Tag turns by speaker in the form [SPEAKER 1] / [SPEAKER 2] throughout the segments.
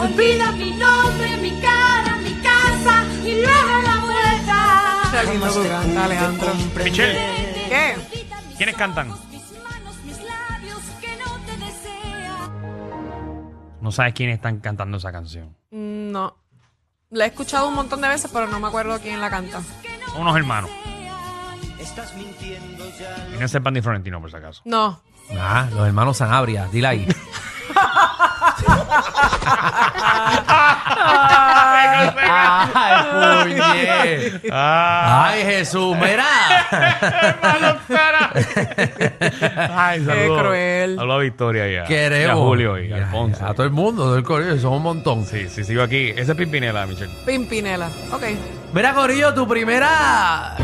[SPEAKER 1] Olvida mi nombre, mi cara, mi casa y le da la vuelta.
[SPEAKER 2] Está bien, loco, canta, Alejandro.
[SPEAKER 3] Michelle,
[SPEAKER 2] ¿Qué?
[SPEAKER 3] ¿quiénes cantan?
[SPEAKER 1] Mis manos, mis labios que no te desean.
[SPEAKER 3] No sabes quiénes están cantando esa canción.
[SPEAKER 2] Mm, No. La he escuchado un montón de veces, pero no me acuerdo quién la canta.
[SPEAKER 3] Son unos hermanos. Y no es el Bandy Florentino, por si acaso.
[SPEAKER 2] No.
[SPEAKER 4] Ah, los hermanos Sanabria, dile ahí. Ay, puñe.
[SPEAKER 3] Ah,
[SPEAKER 4] Ay, Jesús, mira.
[SPEAKER 3] Ay, saludo.
[SPEAKER 2] cruel.
[SPEAKER 3] Saludo a Victoria y a, y a
[SPEAKER 4] Queremos.
[SPEAKER 3] Julio y
[SPEAKER 4] Ya,
[SPEAKER 3] a Alfonso.
[SPEAKER 4] ya, A todo el mundo, todo el corillo, son un montón.
[SPEAKER 3] Sí, sí, sigo aquí. Ese es Pimpinela, Michelle.
[SPEAKER 2] Pimpinela. Ok.
[SPEAKER 4] Mira, corillo, tu primera...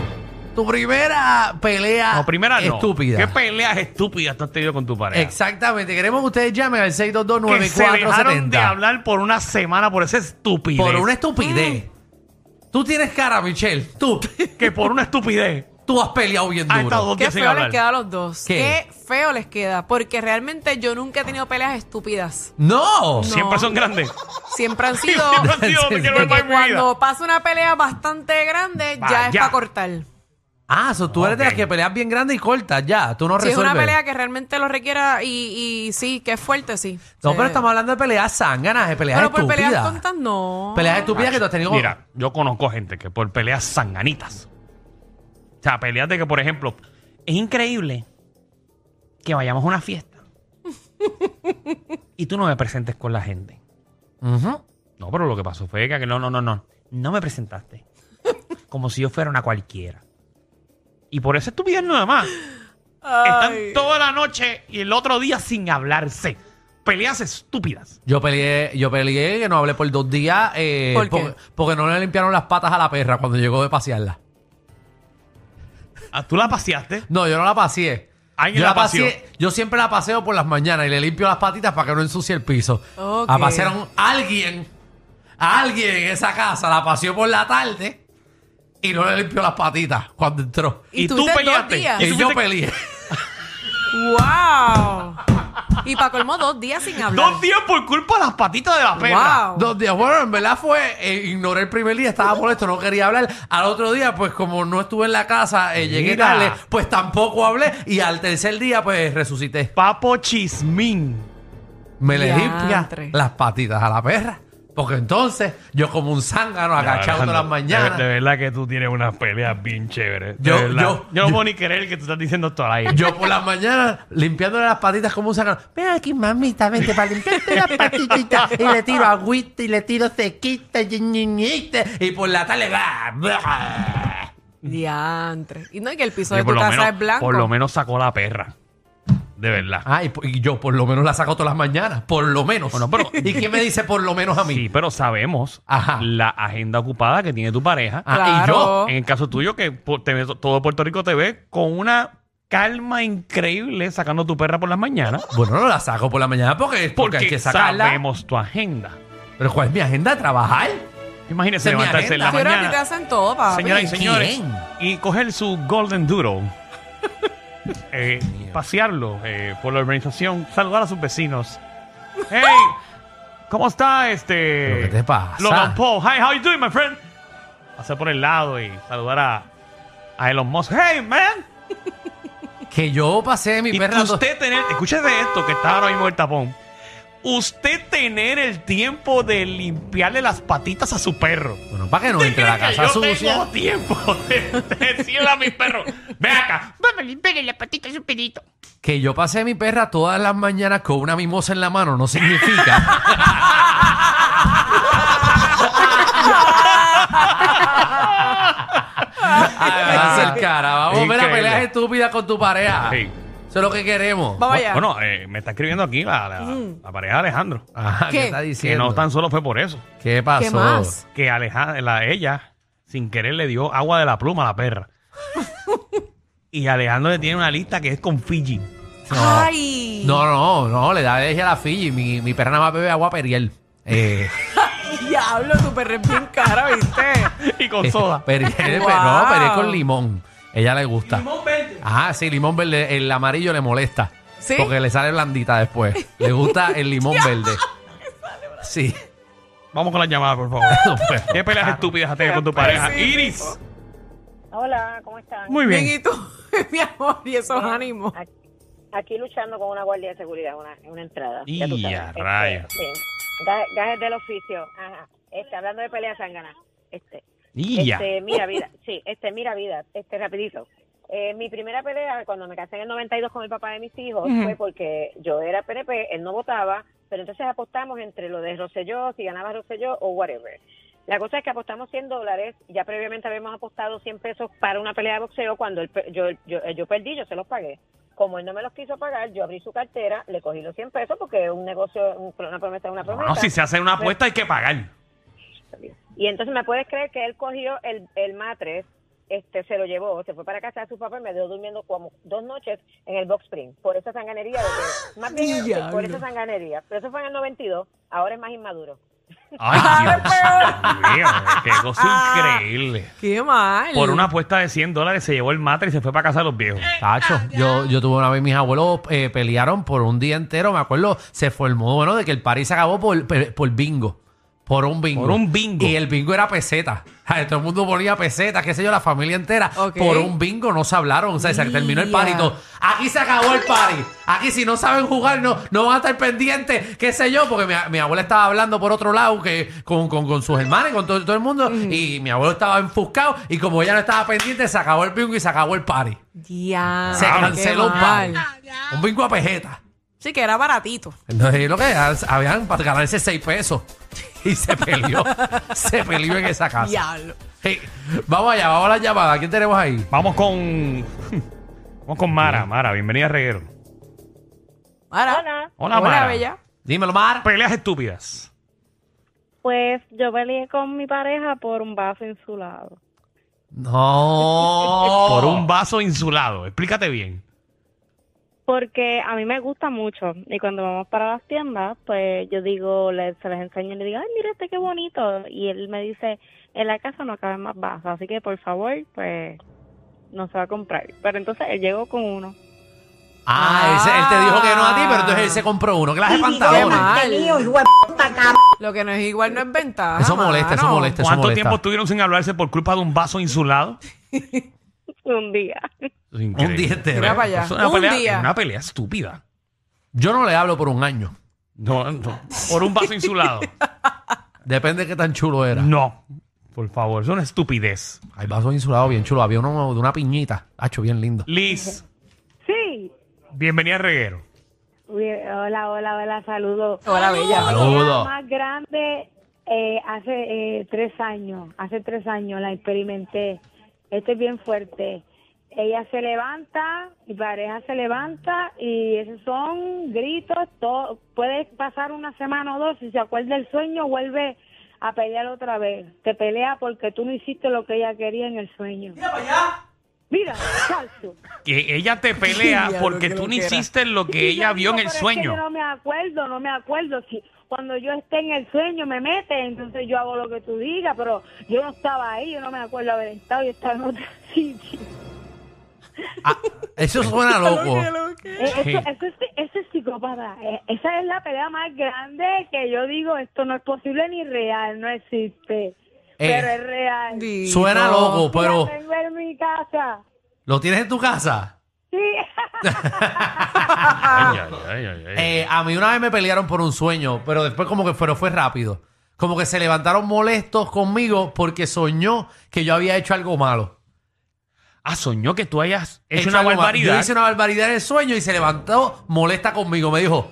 [SPEAKER 4] Tu primera pelea
[SPEAKER 3] No, primera no.
[SPEAKER 4] Ah, estúpida.
[SPEAKER 3] ¿Qué peleas estúpidas tú has tenido con tu pareja?
[SPEAKER 4] Exactamente. Queremos que ustedes llamen al
[SPEAKER 3] Que se dejaron de
[SPEAKER 4] 6229470.
[SPEAKER 3] hablar por una semana por esa estupidez.
[SPEAKER 4] Por una estupidez.
[SPEAKER 3] Mm.
[SPEAKER 4] Tú tienes cara, Michelle. Tú,
[SPEAKER 3] que por una estupidez
[SPEAKER 4] tú has peleado bien
[SPEAKER 3] ha estado
[SPEAKER 4] duro.
[SPEAKER 3] dos
[SPEAKER 2] Qué
[SPEAKER 3] días sin
[SPEAKER 2] feo les
[SPEAKER 3] hablar.
[SPEAKER 2] queda a los dos.
[SPEAKER 4] ¿Qué?
[SPEAKER 2] Qué feo les queda. Porque realmente yo nunca he tenido peleas estúpidas.
[SPEAKER 4] ¡No!
[SPEAKER 3] Siempre
[SPEAKER 2] No.
[SPEAKER 3] son grandes.
[SPEAKER 2] Siempre han sido.
[SPEAKER 3] Siempre han sido, te quiero
[SPEAKER 2] de
[SPEAKER 3] ver más
[SPEAKER 2] que
[SPEAKER 3] en mi vida.
[SPEAKER 2] cuando pasa una pelea bastante grande, ya es
[SPEAKER 3] Vaya.
[SPEAKER 2] para cortar.
[SPEAKER 4] Ah, so tú eres de
[SPEAKER 3] Ok.
[SPEAKER 4] las que peleas bien grande y cortas ya. Tú no
[SPEAKER 2] Si es
[SPEAKER 4] resuelves.
[SPEAKER 2] una pelea que realmente lo requiera y, y sí, que es fuerte, sí.
[SPEAKER 4] No,
[SPEAKER 2] Sí.
[SPEAKER 4] pero estamos hablando de peleas sanganas, de peleas
[SPEAKER 2] Pero por
[SPEAKER 4] estúpidas.
[SPEAKER 2] peleas tontas, no.
[SPEAKER 4] Peleas estúpidas que tú has tenido.
[SPEAKER 3] Mira, yo conozco gente que por peleas sanganitas. O sea, peleas de que, por ejemplo, es increíble que vayamos a una fiesta y tú no me presentes con la gente.
[SPEAKER 4] Ujú.
[SPEAKER 3] No, pero lo que pasó fue que no, no, no, no. No me presentaste. Como si yo fuera una cualquiera. Y por esa estupidez nada más. Están
[SPEAKER 2] Ay.
[SPEAKER 3] toda la noche y el otro día sin hablarse. Peleas estúpidas.
[SPEAKER 4] Yo peleé, yo peleé que no hablé por dos días eh,
[SPEAKER 2] ¿Por qué?
[SPEAKER 4] porque, porque no le limpiaron las patas a la perra cuando llegó de pasearla.
[SPEAKER 3] Ah, ¿Tú la paseaste?
[SPEAKER 4] No, yo no la paseé.
[SPEAKER 3] Alguien
[SPEAKER 4] yo
[SPEAKER 3] la paseó.
[SPEAKER 4] Yo siempre la paseo por las mañanas y le limpio las patitas para que no ensucie el piso.
[SPEAKER 2] Ok.
[SPEAKER 4] La pasearon alguien, alguien en esa casa, la paseó por la tarde y no le limpió las patitas cuando entró.
[SPEAKER 2] ¿Y,
[SPEAKER 3] Y tú
[SPEAKER 2] tuviste dos
[SPEAKER 3] peleaste.
[SPEAKER 2] días?
[SPEAKER 4] Y,
[SPEAKER 3] tú
[SPEAKER 4] yo
[SPEAKER 3] fuiste-
[SPEAKER 4] peleé.
[SPEAKER 2] ¡Wow! Y para colmo, dos días sin hablar.
[SPEAKER 3] Dos días por culpa de las patitas de la perra.
[SPEAKER 2] ¡Wow!
[SPEAKER 4] Dos días. Bueno, en verdad fue, eh, ignoré el primer día, estaba molesto, no quería hablar. Al otro día, pues como no estuve en la casa, eh, llegué
[SPEAKER 3] Mira.
[SPEAKER 4] tarde, pues tampoco hablé. Y al tercer día, pues resucité.
[SPEAKER 3] Papo Chismín.
[SPEAKER 4] Me le limpia
[SPEAKER 2] Diantre.
[SPEAKER 4] las patitas a la perra. Porque entonces, yo como un zángano agachado todas las mañanas.
[SPEAKER 3] De, de verdad que tú tienes unas peleas bien chéveres. de
[SPEAKER 4] Yo-
[SPEAKER 3] verdad.
[SPEAKER 4] yo-
[SPEAKER 3] no puedo ni creer que tú estás diciendo todo ahí.
[SPEAKER 4] Yo por las mañanas limpiándole las patitas como un zángano. Ven aquí, mamita, vente para limpiarte las patitas. Y le tiro agüita y le tiro cequita y ñiñite. Y por la tarde, bla, bla.
[SPEAKER 2] Diantre. Y no, y que el piso
[SPEAKER 3] Y
[SPEAKER 2] de tu
[SPEAKER 3] por, lo
[SPEAKER 2] casa
[SPEAKER 3] menos,
[SPEAKER 2] es blanco.
[SPEAKER 3] por lo menos sacó la perra. De verdad.
[SPEAKER 4] Ah, y, po- y yo por lo menos la saco todas las mañanas, por lo menos.
[SPEAKER 3] Bueno, pero-
[SPEAKER 4] ¿Y quién me dice por lo menos a mí?
[SPEAKER 3] Sí, pero sabemos
[SPEAKER 4] Ajá.
[SPEAKER 3] la agenda ocupada que tiene tu pareja.
[SPEAKER 4] Ah,
[SPEAKER 2] Claro.
[SPEAKER 4] y yo.
[SPEAKER 3] En el caso tuyo, que pu- te ve- todo Puerto Rico te ve con una calma increíble sacando tu perra por las mañanas.
[SPEAKER 4] Bueno, no la saco por la mañana porque, porque
[SPEAKER 3] Porque
[SPEAKER 4] hay que sacarla.
[SPEAKER 3] sabemos tu agenda.
[SPEAKER 4] Pero ¿cuál es mi agenda? ¿Trabajar?
[SPEAKER 3] Imagínese
[SPEAKER 4] Esa es mi
[SPEAKER 3] levantarse en la
[SPEAKER 4] agenda.
[SPEAKER 2] Pero a ti
[SPEAKER 3] mañana.
[SPEAKER 2] te hacen todo, papi.
[SPEAKER 3] Señoras y
[SPEAKER 4] ¿quién?
[SPEAKER 3] señores, y coger su Golden Doodle, eh, pasearlo eh, por la urbanización, saludar a sus vecinos. Hey, ¿cómo está este?
[SPEAKER 4] ¿Pero qué te pasa?
[SPEAKER 3] Logan Paul, hi, how you doing, my friend? Pasar por el lado y saludar a, a Elon Musk. Hey, man.
[SPEAKER 4] Que yo pasé mi
[SPEAKER 3] Y
[SPEAKER 4] perra. dos-
[SPEAKER 3] usted tener, escúchese esto que está ahora mismo el tapón. Usted tener el tiempo de limpiarle las patitas a su perro.
[SPEAKER 4] Bueno, para que no entre
[SPEAKER 3] ¿Usted
[SPEAKER 4] la
[SPEAKER 3] cree que
[SPEAKER 4] casa
[SPEAKER 3] yo
[SPEAKER 4] sucia.
[SPEAKER 3] tengo tiempo de de decirle a mi perro, ven acá,
[SPEAKER 5] Vamos, limpiarle la patita a su perito.
[SPEAKER 4] Que yo pasé mi perra todas las mañanas con una mimosa en la mano no significa. Ay, me vas a hacer cara. Vamos a ver las
[SPEAKER 3] Increíble.
[SPEAKER 4] peleas estúpidas con tu pareja.
[SPEAKER 3] Sí.
[SPEAKER 4] Eso es lo que queremos.
[SPEAKER 2] Vamos allá.
[SPEAKER 3] Bueno, eh, me está escribiendo aquí la, la- la pareja de Alejandro.
[SPEAKER 4] Ajá, ¿Qué?
[SPEAKER 2] ¿Qué?
[SPEAKER 4] está
[SPEAKER 3] Que
[SPEAKER 4] diciendo?
[SPEAKER 3] no tan solo fue por eso.
[SPEAKER 4] ¿Qué pasó?
[SPEAKER 2] ¿Qué más?
[SPEAKER 3] Que Alejandra, la, ella, sin querer, le dio agua de la pluma a la perra. y Alejandro le tiene una lista que es con Fiji.
[SPEAKER 4] No.
[SPEAKER 2] ¡Ay!
[SPEAKER 4] No, no, no, le da alergia a la Fiji. Mi, mi perra nada más bebe agua periel. Eh,
[SPEAKER 2] Diablo, tu perro es bien cara, ¿viste?
[SPEAKER 3] y con soda.
[SPEAKER 4] periel, pe-
[SPEAKER 2] Wow.
[SPEAKER 4] no, periel con limón. Ella le gusta. Limón verde. Ah, sí, limón verde. El amarillo le molesta.
[SPEAKER 2] ¿Sí?
[SPEAKER 4] Porque le sale blandita después. Le gusta el limón verde. Sí.
[SPEAKER 3] Vamos con las llamadas, por favor. ¿Qué peleas estúpidas has tenido con tu pareja?
[SPEAKER 2] Sí.
[SPEAKER 3] Iris.
[SPEAKER 6] Hola, ¿cómo están?
[SPEAKER 3] Muy
[SPEAKER 2] Bien,
[SPEAKER 3] bien.
[SPEAKER 2] ¿y tú? Mi amor, y esos ánimos.
[SPEAKER 6] Aquí, aquí luchando con una guardia de seguridad, una, una entrada. ya tú
[SPEAKER 3] Y
[SPEAKER 6] sabes.
[SPEAKER 3] a
[SPEAKER 6] Este,
[SPEAKER 3] rayos.
[SPEAKER 6] sí. Ga- Gajes del oficio. Ajá. Este, hablando de pelea sangana. Este,
[SPEAKER 3] Y ya.
[SPEAKER 6] este, mira vida. Sí, este, mira vida. Este, rapidito. Eh, mi primera pelea, cuando me casé en el 92 con el papá de mis hijos, fue porque yo era PNP, él no votaba, pero entonces apostamos entre lo de Rosselló, si ganaba Rosselló o whatever. La cosa es que apostamos 100 dólares, ya previamente habíamos apostado 100 pesos para una pelea de boxeo, cuando él pe- yo, yo, yo perdí, yo se los pagué. Como él no me los quiso pagar, yo abrí su cartera, le cogí los 100 pesos porque es un negocio, un- una promesa es una promesa.
[SPEAKER 3] No, si se hace una apuesta hay que pagar.
[SPEAKER 6] Y entonces me puedes creer que él cogió el, el matres, este, se lo llevó, se fue para casa de su papá y me dio durmiendo como dos noches en el box spring. Por esa sanganería. de que- más bien, sí, por esa sanganería. Pero eso fue en el 92, ahora es más inmaduro.
[SPEAKER 2] Ah,
[SPEAKER 3] Ay, Dios mío, qué cosa increíble.
[SPEAKER 2] Qué mal.
[SPEAKER 3] Por una apuesta de 100 dólares se llevó el matre y se fue para casa de los viejos.
[SPEAKER 4] Tacho, yo, yo tuve una vez mis abuelos eh, pelearon por un día entero, me acuerdo, se formó, bueno, de que el parís se acabó por, pe- por bingo. Por un bingo.
[SPEAKER 3] Por un bingo.
[SPEAKER 4] Y el bingo era peseta. Ay, Todo el mundo ponía pesetas, qué sé yo, la familia entera.
[SPEAKER 2] Ok.
[SPEAKER 4] Por un bingo no se hablaron. O sea, se terminó el party. y todo. Aquí se acabó el party. Aquí si no saben jugar, no, no van a estar pendientes, qué sé yo, porque mi, mi abuela estaba hablando por otro lado que con, con, con sus hermanas, y con todo, todo el mundo. Y mi abuelo estaba enfuscado. Y como ella no estaba pendiente, se acabó el bingo y se acabó el party.
[SPEAKER 2] Ya.
[SPEAKER 4] Se
[SPEAKER 2] Ah, qué
[SPEAKER 4] canceló un
[SPEAKER 2] mal.
[SPEAKER 4] pan. Un bingo a pejeta.
[SPEAKER 2] Sí, que era baratito.
[SPEAKER 4] Entonces, lo que era, habían para ganarse seis pesos. Y se peleó. se peleó en esa casa.
[SPEAKER 2] Diablo.
[SPEAKER 4] Sí. Vamos allá, vamos a la llamada. ¿Quién tenemos ahí?
[SPEAKER 3] Vamos con. Vamos con Mara. Mara, bienvenida a Reguero.
[SPEAKER 2] Mara.
[SPEAKER 6] Hola.
[SPEAKER 3] Hola, Mara.
[SPEAKER 2] bella.
[SPEAKER 4] Dímelo, Mar.
[SPEAKER 3] Peleas estúpidas.
[SPEAKER 7] Pues yo peleé con mi pareja por un vaso insulado.
[SPEAKER 4] No.
[SPEAKER 3] Por un vaso insulado. Explícate bien.
[SPEAKER 7] Porque a mí me gusta mucho. Y cuando vamos para las tiendas, pues yo digo, le- se les enseño y le digo, ay, mira este qué bonito. Y él me dice, en la casa no caben más vasos, así que por favor, pues no se va a comprar. Pero entonces él llegó con uno.
[SPEAKER 4] Ah, ese- él te dijo que no a ti, pero entonces él se compró uno. Clase de
[SPEAKER 2] Qué
[SPEAKER 4] pantalones.
[SPEAKER 2] mal. Lo que no es igual no es ventaja.
[SPEAKER 4] Eso molesta, eso
[SPEAKER 2] mano.
[SPEAKER 4] molesta, eso
[SPEAKER 3] ¿Cuánto tiempo
[SPEAKER 4] molesta.
[SPEAKER 3] estuvieron sin hablarse por culpa de un vaso insulado?
[SPEAKER 7] Un día.
[SPEAKER 4] Un día entero.
[SPEAKER 2] Mira para allá.
[SPEAKER 3] Es una
[SPEAKER 2] Un
[SPEAKER 3] pelea-
[SPEAKER 2] día.
[SPEAKER 3] es Una pelea estúpida.
[SPEAKER 4] Yo no le hablo por un año.
[SPEAKER 3] No, no. Por un vaso insulado.
[SPEAKER 4] Depende de qué tan chulo era.
[SPEAKER 3] No. Por favor, es una estupidez.
[SPEAKER 4] Hay vasos insulados bien chulos. Había uno de una piñita. Hacho, bien lindo.
[SPEAKER 3] Liz,
[SPEAKER 7] Sí.
[SPEAKER 3] bienvenida a Reguero.
[SPEAKER 7] Hola, hola, hola, saludos.
[SPEAKER 2] Hola, bella.
[SPEAKER 4] Saludos.
[SPEAKER 7] grande eh, hace tres años, hace tres años la experimenté. Este es bien fuerte. Ella se levanta, mi pareja se levanta y esos son gritos. Todo, puede pasar una semana o dos, si se acuerda el sueño, vuelve a pelear otra vez. Te pelea porque tú no hiciste lo que ella quería en el sueño. Mira, Mira, Charles.
[SPEAKER 3] Que ella te pelea
[SPEAKER 2] Diablo,
[SPEAKER 3] porque
[SPEAKER 2] qué
[SPEAKER 3] tú no
[SPEAKER 2] loquera.
[SPEAKER 3] hiciste lo que
[SPEAKER 7] Y
[SPEAKER 3] ella
[SPEAKER 7] yo
[SPEAKER 3] vio en el
[SPEAKER 7] digo, "Pero es que
[SPEAKER 3] sueño.
[SPEAKER 7] yo no me acuerdo, no me acuerdo. Si cuando yo esté en el sueño me mete, entonces yo hago lo que tú digas, pero yo no estaba ahí, yo no me acuerdo haber estado, yo estaba en otro sitio.
[SPEAKER 4] Ah, eso suena loco.
[SPEAKER 7] Eh, Eso, eso es, eso es psicópata. Eh, Esa es la pelea más grande que yo digo, esto no es posible ni real, no existe.
[SPEAKER 3] Eh.
[SPEAKER 7] pero es real. Y
[SPEAKER 2] Bendito.
[SPEAKER 4] Eh, Suena loco,
[SPEAKER 7] la
[SPEAKER 4] pero
[SPEAKER 7] tengo en mi casa.
[SPEAKER 4] ¿lo tienes en tu casa?
[SPEAKER 7] Sí.
[SPEAKER 3] Ay, ay, ay, ay, ay.
[SPEAKER 4] Ah. Eh, a mí una vez me pelearon por un sueño, pero después como que fueron, fue rápido. Como que se levantaron molestos conmigo porque soñó que yo había hecho algo malo.
[SPEAKER 3] Ah, soñó que tú hayas
[SPEAKER 4] He
[SPEAKER 3] hecho,
[SPEAKER 4] hecho
[SPEAKER 3] una
[SPEAKER 4] algo malo. Yo
[SPEAKER 3] barbaridad.
[SPEAKER 4] hice una barbaridad en el sueño y se levantó molesta conmigo. Me dijo,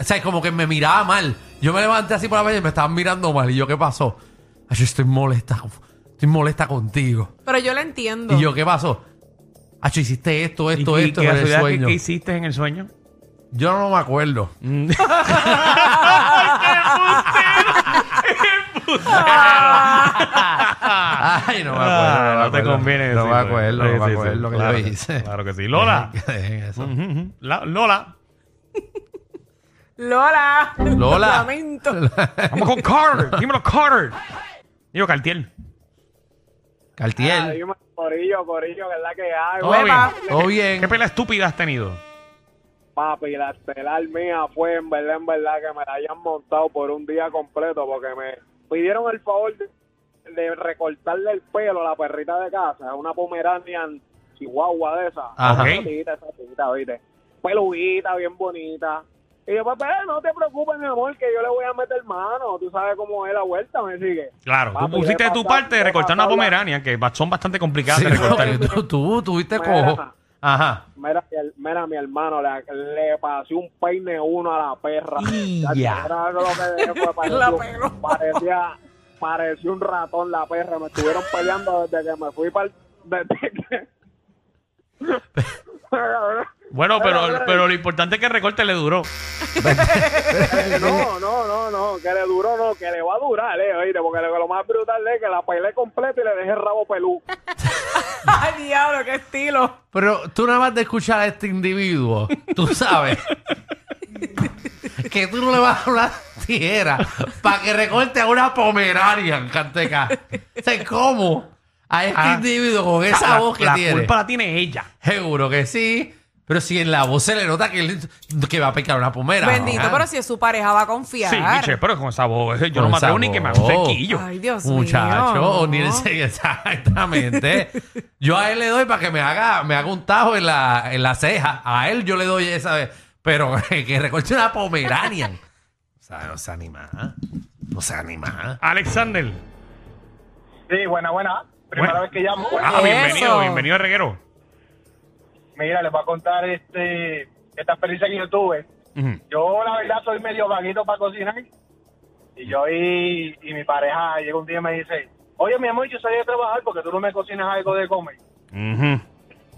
[SPEAKER 4] o sea, como que me miraba mal. Yo me levanté así por la mañana y me estaban mirando mal. ¿Y yo qué pasó? Ay, yo estoy molesta, estoy molesta contigo.
[SPEAKER 2] Pero yo la entiendo.
[SPEAKER 4] ¿Y yo qué pasó? Acho, hiciste esto,
[SPEAKER 3] ¿Y-
[SPEAKER 4] esto,
[SPEAKER 3] y
[SPEAKER 4] esto
[SPEAKER 3] qué
[SPEAKER 4] en el
[SPEAKER 3] casualidad que-
[SPEAKER 4] sueño.
[SPEAKER 3] ¿Qué hiciste en el sueño?
[SPEAKER 4] Yo no me acuerdo. Ay, no me acuerdo.
[SPEAKER 3] Ah,
[SPEAKER 4] me
[SPEAKER 3] no te
[SPEAKER 4] acuerdo.
[SPEAKER 3] conviene
[SPEAKER 4] No me
[SPEAKER 3] decirlo.
[SPEAKER 4] acuerdo,
[SPEAKER 3] Sí,
[SPEAKER 4] no me
[SPEAKER 3] sí, sí,
[SPEAKER 4] acuerdo lo que
[SPEAKER 3] claro
[SPEAKER 4] yo
[SPEAKER 3] que-
[SPEAKER 4] hice.
[SPEAKER 3] claro que sí. Lola. Mm.
[SPEAKER 4] Dejen- dejen eso.
[SPEAKER 3] Ujú, ujú. La- Lola.
[SPEAKER 2] Lola.
[SPEAKER 4] Lola.
[SPEAKER 2] Lamento.
[SPEAKER 3] Vamos con Carter. Dímelo, Carter. Digo, Cartier.
[SPEAKER 4] Cartier.
[SPEAKER 8] Ahí, ma- Corillo, corillo, ¿verdad que hay?
[SPEAKER 3] Todo bien.
[SPEAKER 4] Todo bien.
[SPEAKER 3] ¿Qué pelea estúpida has tenido?
[SPEAKER 8] Papi, la estelar mía fue en verdad, en verdad que me la hayan montado por un día completo porque me pidieron el favor de, de recortarle el pelo a la perrita de casa, una pomeranian chihuahua de esa.
[SPEAKER 3] Ajá.
[SPEAKER 8] Esa gatita, esa gatita, ¿viste? Peluguita, bien bonita. Y yo, papá, no te preocupes, mi amor, que yo le voy a meter mano. Tú sabes cómo es la vuelta, me sigue.
[SPEAKER 3] Claro, tú
[SPEAKER 8] Papi,
[SPEAKER 3] pusiste
[SPEAKER 8] he
[SPEAKER 3] de tu
[SPEAKER 8] pasado-
[SPEAKER 3] parte de
[SPEAKER 8] he
[SPEAKER 3] recortar una
[SPEAKER 8] pasado la-
[SPEAKER 3] pomerania, que son bastante complicadas
[SPEAKER 4] Sí,
[SPEAKER 3] de recortar.
[SPEAKER 4] porque tú, tú tuviste
[SPEAKER 8] Mira.
[SPEAKER 4] cojo. Ajá.
[SPEAKER 8] Mira, mi her- mira, mi hermano, le, le pasé un peine uno a la perra.
[SPEAKER 4] Ya.
[SPEAKER 8] Era lo que dejé, fue pareció-
[SPEAKER 2] La pegó.
[SPEAKER 8] parecía, parecía un ratón la perra. Me estuvieron peleando desde que me fui para desde que...
[SPEAKER 3] Bueno, pero,
[SPEAKER 8] Mira,
[SPEAKER 3] pero lo importante es que el recorte le duró.
[SPEAKER 8] no, no, no, no, que le duró, no, que le va a durar, eh, oíste, porque lo, lo más brutal es que la pelé completa y le dejé el rabo pelú.
[SPEAKER 2] Ay, diablo, qué estilo.
[SPEAKER 4] Pero tú nada más de escuchar a este individuo, tú sabes que tú no le vas a una tijera para que recorte a una pomerania, Canteca. O sea, ¿cómo? A este
[SPEAKER 3] Ah.
[SPEAKER 4] individuo con esa
[SPEAKER 3] La-
[SPEAKER 4] voz que
[SPEAKER 3] la
[SPEAKER 4] tiene.
[SPEAKER 3] culpa la tiene ella.
[SPEAKER 4] Seguro que sí. Pero si en la voz se le nota que, él- que va a picar una pomera.
[SPEAKER 2] Bendito,
[SPEAKER 4] ¿no?
[SPEAKER 2] pero si es su pareja va a confiar.
[SPEAKER 3] Sí, biche, pero con esa voz, eh, yo no
[SPEAKER 4] Con esa
[SPEAKER 3] mateo ni que me haga un
[SPEAKER 4] voz.
[SPEAKER 3] cerquillo.
[SPEAKER 2] Ay, Dios
[SPEAKER 4] Muchacho,
[SPEAKER 2] mío.
[SPEAKER 4] o ni el exactamente. Yo a él le doy para que me haga, me haga un tajo en la, en la ceja. A él yo le doy esa vez. Pero que recorte una pomeranian. O sea, no se anima. ¿eh? No se anima.
[SPEAKER 3] Ah. Alexander.
[SPEAKER 8] Sí, buena, buena.
[SPEAKER 3] Primera Buena. vez
[SPEAKER 8] que llamo.
[SPEAKER 3] Ah,
[SPEAKER 2] Eso.
[SPEAKER 3] bienvenido, bienvenido a Reguero.
[SPEAKER 8] Mira, les voy a contar este esta experiencia que yo tuve.
[SPEAKER 3] Ujú.
[SPEAKER 8] Yo, la verdad, soy medio vaguito para cocinar. Y yo y, y mi pareja llega un día y me dice, oye, mi amor, yo salí de trabajar porque tú no me cocinas algo de comer.
[SPEAKER 3] Ujú.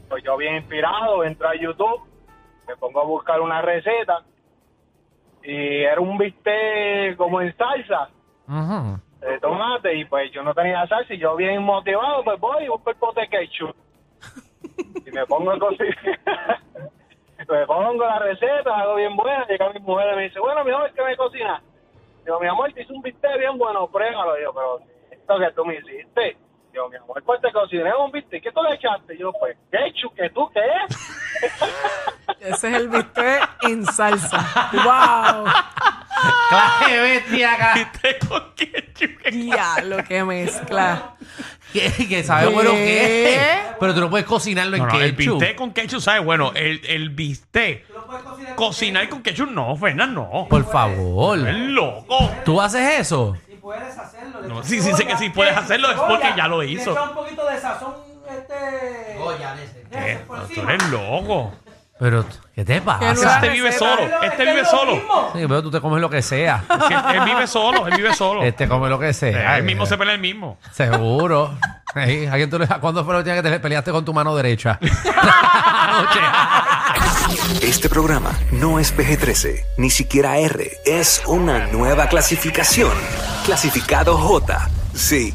[SPEAKER 8] Pues yo bien inspirado, entro a YouTube, me pongo a buscar una receta. Y era un bistec como en salsa
[SPEAKER 4] Ujú.
[SPEAKER 8] de tomate. Y pues yo no tenía salsa y yo bien motivado, pues voy y busco el pote de ketchup. Y me pongo a cocinar. me pongo la receta, hago bien buena. Llega mi mujer y me dice, bueno, mi amor, ¿qué me cocinas? Digo, mi amor, te hice un bistec bien bueno, pruébalo. Digo, pero esto que tú me hiciste. Digo, mi amor, pues te cociné un bistec. ¿Qué tú le echaste? Yo, pues, ketchup, ¿qué tú qué es?
[SPEAKER 2] Ese es el bistec en salsa. ¡Wow!
[SPEAKER 4] Clase de bestia acá.
[SPEAKER 2] Diablo, qué mezcla.
[SPEAKER 4] que, que sabe bueno que es. Pero tú no puedes cocinarlo en
[SPEAKER 3] No, no, el
[SPEAKER 4] ketchup.
[SPEAKER 3] bistec con ketchup, ¿sabes? Bueno, el, el bistec. Cocinar con ketchup no, Fernan, no.
[SPEAKER 4] Por favor.
[SPEAKER 3] Es loco.
[SPEAKER 4] ¿Tú haces eso?
[SPEAKER 3] No, sí, sí, sé que sí puedes hacerlo, es porque ya lo hizo. ¿Qué? No, Tú eres loco.
[SPEAKER 4] Pero, ¿qué te
[SPEAKER 2] Que no
[SPEAKER 4] pasa?
[SPEAKER 2] Nueva
[SPEAKER 3] Este vive
[SPEAKER 2] receta.
[SPEAKER 3] solo, este vive solo.
[SPEAKER 4] Sí, pero tú te comes lo que sea.
[SPEAKER 3] Sí, Él vive solo, él vive solo.
[SPEAKER 4] Este come lo que sea.
[SPEAKER 3] Oh. Eh, Él mismo se pelea el mismo.
[SPEAKER 4] Seguro. Ey, ¿a quién tú le- ¿Cuándo fue la última vez que te peleaste con tu mano derecha? Anoche.
[SPEAKER 9] Este programa no es PG-13, ni siquiera R. Es una nueva clasificación. Clasificado J. Sí.